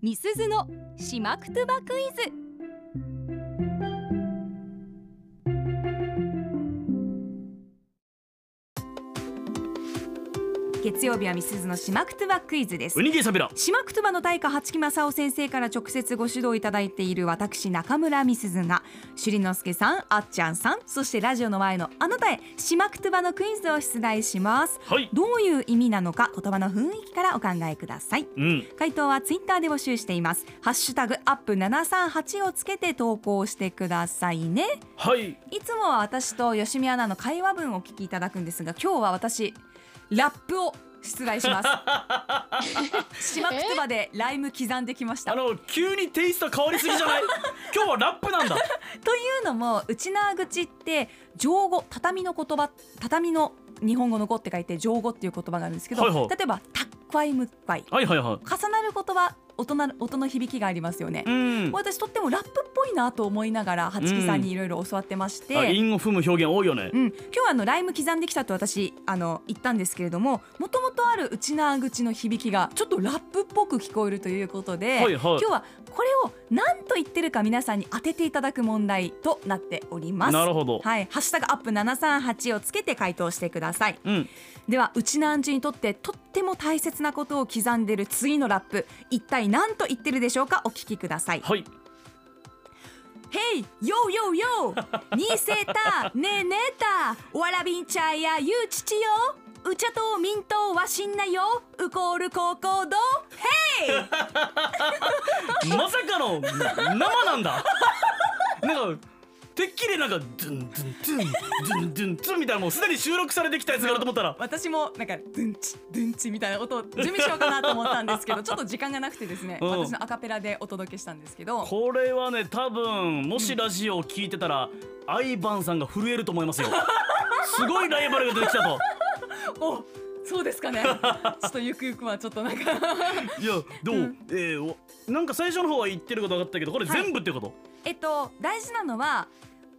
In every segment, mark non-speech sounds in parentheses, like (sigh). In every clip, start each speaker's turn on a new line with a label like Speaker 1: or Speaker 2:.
Speaker 1: みすずのしまくとばクイズ月曜日はみすずのしまくとばクイズです
Speaker 2: ウニゲーサビラ
Speaker 1: 島くつばの大家八木正夫先生から直接ご指導いただいている私中村美鈴が朱里之助さんあっちゃんさんそしてラジオの前のあなたへ島くつばのクイズを出題します
Speaker 2: はい
Speaker 1: どういう意味なのか言葉の雰囲気からお考えください
Speaker 2: うん
Speaker 1: 回答はツイッターで募集していますハッシュタグアップ738をつけて投稿してくださいね
Speaker 2: はい
Speaker 1: いつもは私と吉見アナの会話文をお聞きいただくんですが今日は私ラップを出題します
Speaker 2: (laughs)
Speaker 1: しまくつばでライム刻んできました
Speaker 2: あ
Speaker 1: とい
Speaker 2: の急にテイスト変わりすぎじゃない (laughs) 今日はラップなんだ
Speaker 1: うのもうちなーぐちって上語畳の言葉畳の日本語の語って書いて上語っていう言葉があるんですけど、
Speaker 2: はいはい
Speaker 1: 例えばタックワイムッパイ
Speaker 2: はいはいはい
Speaker 1: 重なる言葉音な音の響きがありますよね、
Speaker 2: うん
Speaker 1: (laughs) 私とってもラップっぽいなと思いながら八木さんにいろいろ教わってまして、
Speaker 2: あ韻を踏む表現多いよね
Speaker 1: うん、今日はあのライム刻んできたと私あの言ったんですけれどももともとあるうちなー口の響きがちょっとラップっぽく聞こえるということで、
Speaker 2: はいはい
Speaker 1: 今日はこれを何と言ってるか皆さんに当てていただく問題となっております。
Speaker 2: なるほど
Speaker 1: はい、ハッシュタグアップ738をつけて回答してください
Speaker 2: うん
Speaker 1: ではうちなーんちにとってとっても大切なことを刻んでる次のラップ一体何と言ってるでしょうかお聞きください
Speaker 2: はい
Speaker 1: ヘイヨーヨー (laughs) ヨーにせたねねたわらびん茶やゆうちちようちゃとみんとわしんなよウコール高校どヘイ
Speaker 2: まさかの生なんだなんかてっきりなんかドゥンドゥンドゥンドゥンドゥンドゥンみたいなもうすでに収録されてきたやつがあると思ったら
Speaker 1: 私もなんかドゥンチドゥンチみたいな音を準備しようかなと思ったんです (laughs) けどちょっと時間がなくてですね
Speaker 2: うん
Speaker 1: 私のアカペラでお届けしたんですけど
Speaker 2: これはね多分もしラジオを聞いてたら、アイバンさんが震えると思いますよすごいライバルが出てきたと
Speaker 1: おそうですか (laughs) ねちょっとゆくゆくはちょっとなんか
Speaker 2: いやでも、
Speaker 1: うん
Speaker 2: えーおなんか最初の方は言ってること分かったけどこれ
Speaker 1: はい
Speaker 2: 全部ってこと、
Speaker 1: (laughs) えっと大事なのは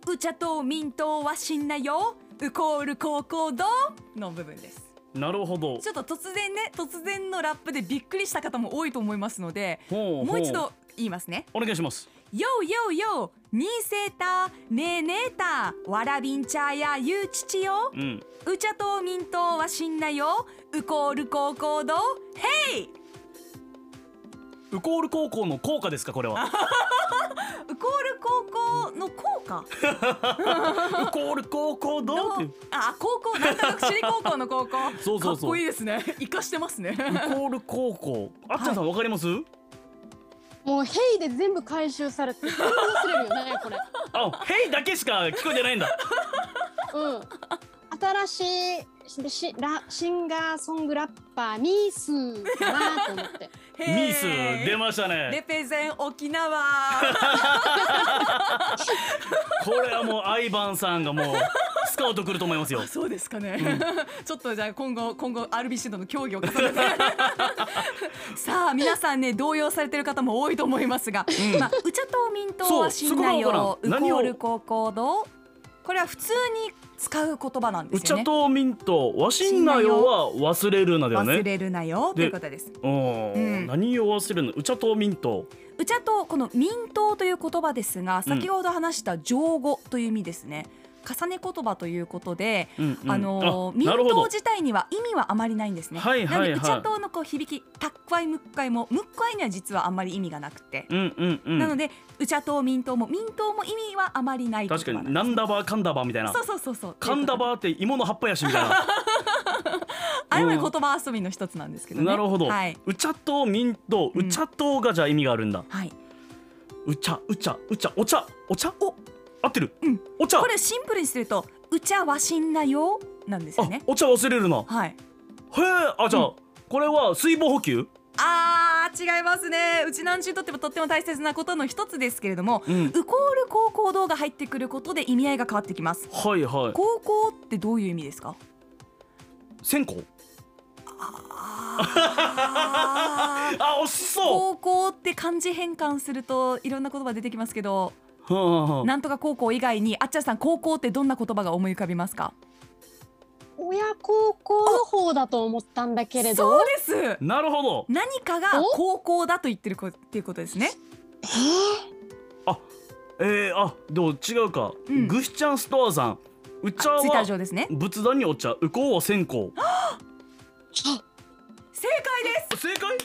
Speaker 1: うちゃとみんとわしんなよウコール高校どの部分です
Speaker 2: なるほど
Speaker 1: ちょっと突然ね突然のラップでびっくりした方も多いと思いますので
Speaker 2: ほう
Speaker 1: もう一
Speaker 2: ほ
Speaker 1: 度言いますね
Speaker 2: お願いします
Speaker 1: 「ようようようにせたねえねえたわらびんちゃやゆうちちよ
Speaker 2: うん
Speaker 1: うちゃとみんとはしんなようこーるこうこうどへい!」
Speaker 2: ウコール高校の効果ですかこれは
Speaker 1: ウコール高校の効果
Speaker 2: ウコール高校どうって
Speaker 1: のあ高校なんとなく私立高校の高校
Speaker 2: そうそうそう
Speaker 1: かっこいいですね生かしてますね
Speaker 2: ウコール高校あっちゃんさんわかります、
Speaker 3: もうヘイで全部回収されて、全 (laughs) 部忘れるよね、これ。
Speaker 2: あヘイだけしか聞こえてない
Speaker 1: (laughs)
Speaker 2: んだ
Speaker 3: うん。新しいしラシンガーソングラッパーミースーかなと思って。
Speaker 1: ミ
Speaker 2: ミース出ました
Speaker 1: レ
Speaker 2: ね
Speaker 1: ペゼン沖縄
Speaker 2: これはもうアイバンさんがもうスカウト来ると思いますよ
Speaker 1: あそうですかね、 (laughs) ちょっとじゃあ今後今後 RBC との協議を重ねて (laughs) さあ皆さんね動揺されてる方も多いと思いますが、まあ、うちゃと民党は信頼よ
Speaker 2: そう
Speaker 1: ウ
Speaker 2: そこがわからん
Speaker 1: コ
Speaker 2: 何を
Speaker 1: ール高校堂これは普通に使う言葉なんで
Speaker 2: う
Speaker 1: す
Speaker 2: ち
Speaker 1: よ
Speaker 2: ゃ
Speaker 1: ね
Speaker 2: とミントわしんなよは忘れるなだよ
Speaker 1: 忘
Speaker 2: ね
Speaker 1: れるなよと
Speaker 2: で
Speaker 1: いうことです
Speaker 2: うん、
Speaker 1: うん
Speaker 2: 何を忘れるのうちゃとミント
Speaker 1: うちゃとこの民党という言葉ですが先ほど話した上語という意味ですね、重ね言葉ということで、
Speaker 2: うんうん
Speaker 1: あのー、
Speaker 2: あ
Speaker 1: 民
Speaker 2: なるほど
Speaker 1: 謡自体には意味はあまりないんですね。
Speaker 2: はいはいはい
Speaker 1: なので、うちゃとうのこう響き、たっくわいむっかいも、むっかいには実はあんまり意味がなくて。
Speaker 2: うんうんうん
Speaker 1: なので、うちゃとう民謡も、民謡も意味はあまりない。
Speaker 2: 確かになんだばーかんだばーみたいな
Speaker 1: そうそうそうそう。
Speaker 2: かんだばーって芋の葉っぱやしみた
Speaker 1: (laughs)
Speaker 2: いな
Speaker 1: あれも言葉遊びの一つなんですけどね。
Speaker 2: なるほど、
Speaker 1: はい。
Speaker 2: うちゃとミント
Speaker 1: う
Speaker 2: うんちゃとがじゃあ意味があるんだ、
Speaker 1: はい。
Speaker 2: うちゃうちゃうちゃお茶お茶
Speaker 1: お
Speaker 2: 合ってる、
Speaker 1: うん
Speaker 2: お茶
Speaker 1: これシンプルにすると、うちゃわしんなよ。なんですよ
Speaker 2: あ
Speaker 1: ね。
Speaker 2: お茶忘れるなへ
Speaker 1: はい。
Speaker 2: えあじゃあ、これは水分補給
Speaker 1: あー違いますねうちなんちゅにとってもとっても大切なことの一つですけれども、
Speaker 2: うん
Speaker 1: ウコール高校動が入ってくることで意味合いが変わってきます
Speaker 2: はい (laughs) はい
Speaker 1: 高校ってどういう意味ですか
Speaker 2: 線香 (laughs)
Speaker 1: あ
Speaker 2: あ惜しそう
Speaker 1: 高校って漢字変換するといろんな言葉出てきますけど
Speaker 2: はあはあはあ
Speaker 1: なんとか高校以外にあっちゃんさん高校ってどんな言葉が思い浮かびますか
Speaker 3: お親孝行の方だと思ったんだけれ
Speaker 1: そ
Speaker 3: ど
Speaker 1: うです
Speaker 2: なるほど
Speaker 1: 何かが高校だと言ってるこっていうことですね
Speaker 3: え
Speaker 2: えー、あでも違うか、
Speaker 1: うん
Speaker 2: グシちゃんストアさんう
Speaker 1: あ
Speaker 2: ちゃ
Speaker 1: ツイッター
Speaker 2: は
Speaker 1: 上ですね
Speaker 2: 仏壇にお茶うこうは線香
Speaker 3: ー
Speaker 1: 正解です
Speaker 2: 正解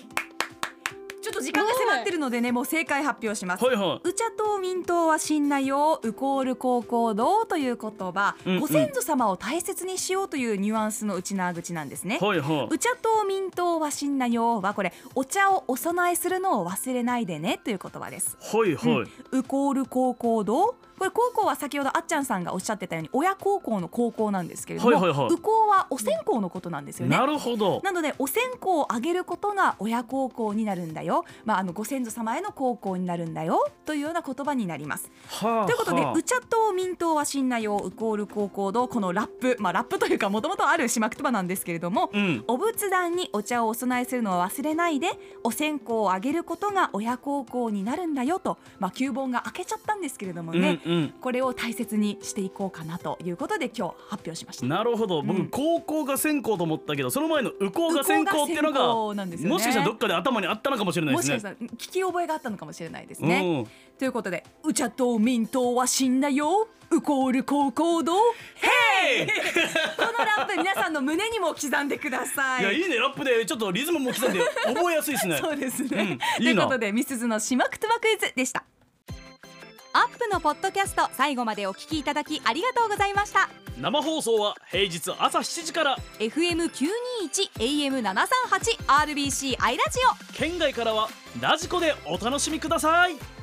Speaker 1: ちょっと時間が迫ってるのでねもう正解発表します
Speaker 2: はいは
Speaker 1: うちゃとう民党は信頼をウコール高校堂という言葉、
Speaker 2: うんうん
Speaker 1: ご先祖様を大切にしようというニュアンスのうちなーぐちなんですね
Speaker 2: いはいは
Speaker 1: うちゃとう民党は信頼をはこれお茶をお供えするのを忘れないでねという言葉です
Speaker 2: いはいはい、
Speaker 1: ウコール高校堂これ高校は先ほどあっちゃんさんがおっしゃってたように親孝行の高校なんですけれども、
Speaker 2: はいはいはい
Speaker 1: ウコーはお線香のことなんですよね
Speaker 2: なるほど
Speaker 1: なのでお線香をあげることが親孝行になるんだよ、まあ、あのご先祖様への孝行になるんだよというような言葉になります。
Speaker 2: はあ
Speaker 1: ということで
Speaker 2: は
Speaker 1: 「うちゃと民党は信頼をウコール高校堂」このラップ、まあ、ラップというかもともとあるしまくとばなんですけれども。
Speaker 2: あうん
Speaker 1: お仏壇にお茶をお供えするのは忘れないでお線香をあげることが親孝行になるんだよと、まあ、旧本が開けちゃったんですけれども
Speaker 2: うん
Speaker 1: ね、
Speaker 2: うん
Speaker 1: これを大切にしていこうかなということで今日発表しました。
Speaker 2: なるほど僕、
Speaker 1: うん
Speaker 2: 高校が線香と思ったけどその前の右校が線香っていうの
Speaker 1: 右
Speaker 2: が
Speaker 1: 高なんですよね
Speaker 2: もしかしたらどっかで頭にあったのかもしれないで
Speaker 1: も
Speaker 2: す
Speaker 1: し
Speaker 2: ね
Speaker 1: かしたら聞き覚えがあったのかもしれないですね。
Speaker 2: うん
Speaker 1: ということで「うちゃと民党は死んだよ」ウコール高校堂ヘイ (laughs) このラップ皆さんの胸にも刻んでくださ
Speaker 2: い
Speaker 1: い。
Speaker 2: やいいねラップでちょっとリズムも刻んで覚えやすいですね
Speaker 1: そうですね、
Speaker 2: うんいい
Speaker 1: という
Speaker 2: な
Speaker 1: ことでみすずのしまくとばクイズでしたアップのポッドキャスト最後までお聞きいただきありがとうございました
Speaker 2: 生放送は平日朝7時から
Speaker 1: FM921 AM738 RBC アイラジオ
Speaker 2: 県外からはラジコでお楽しみください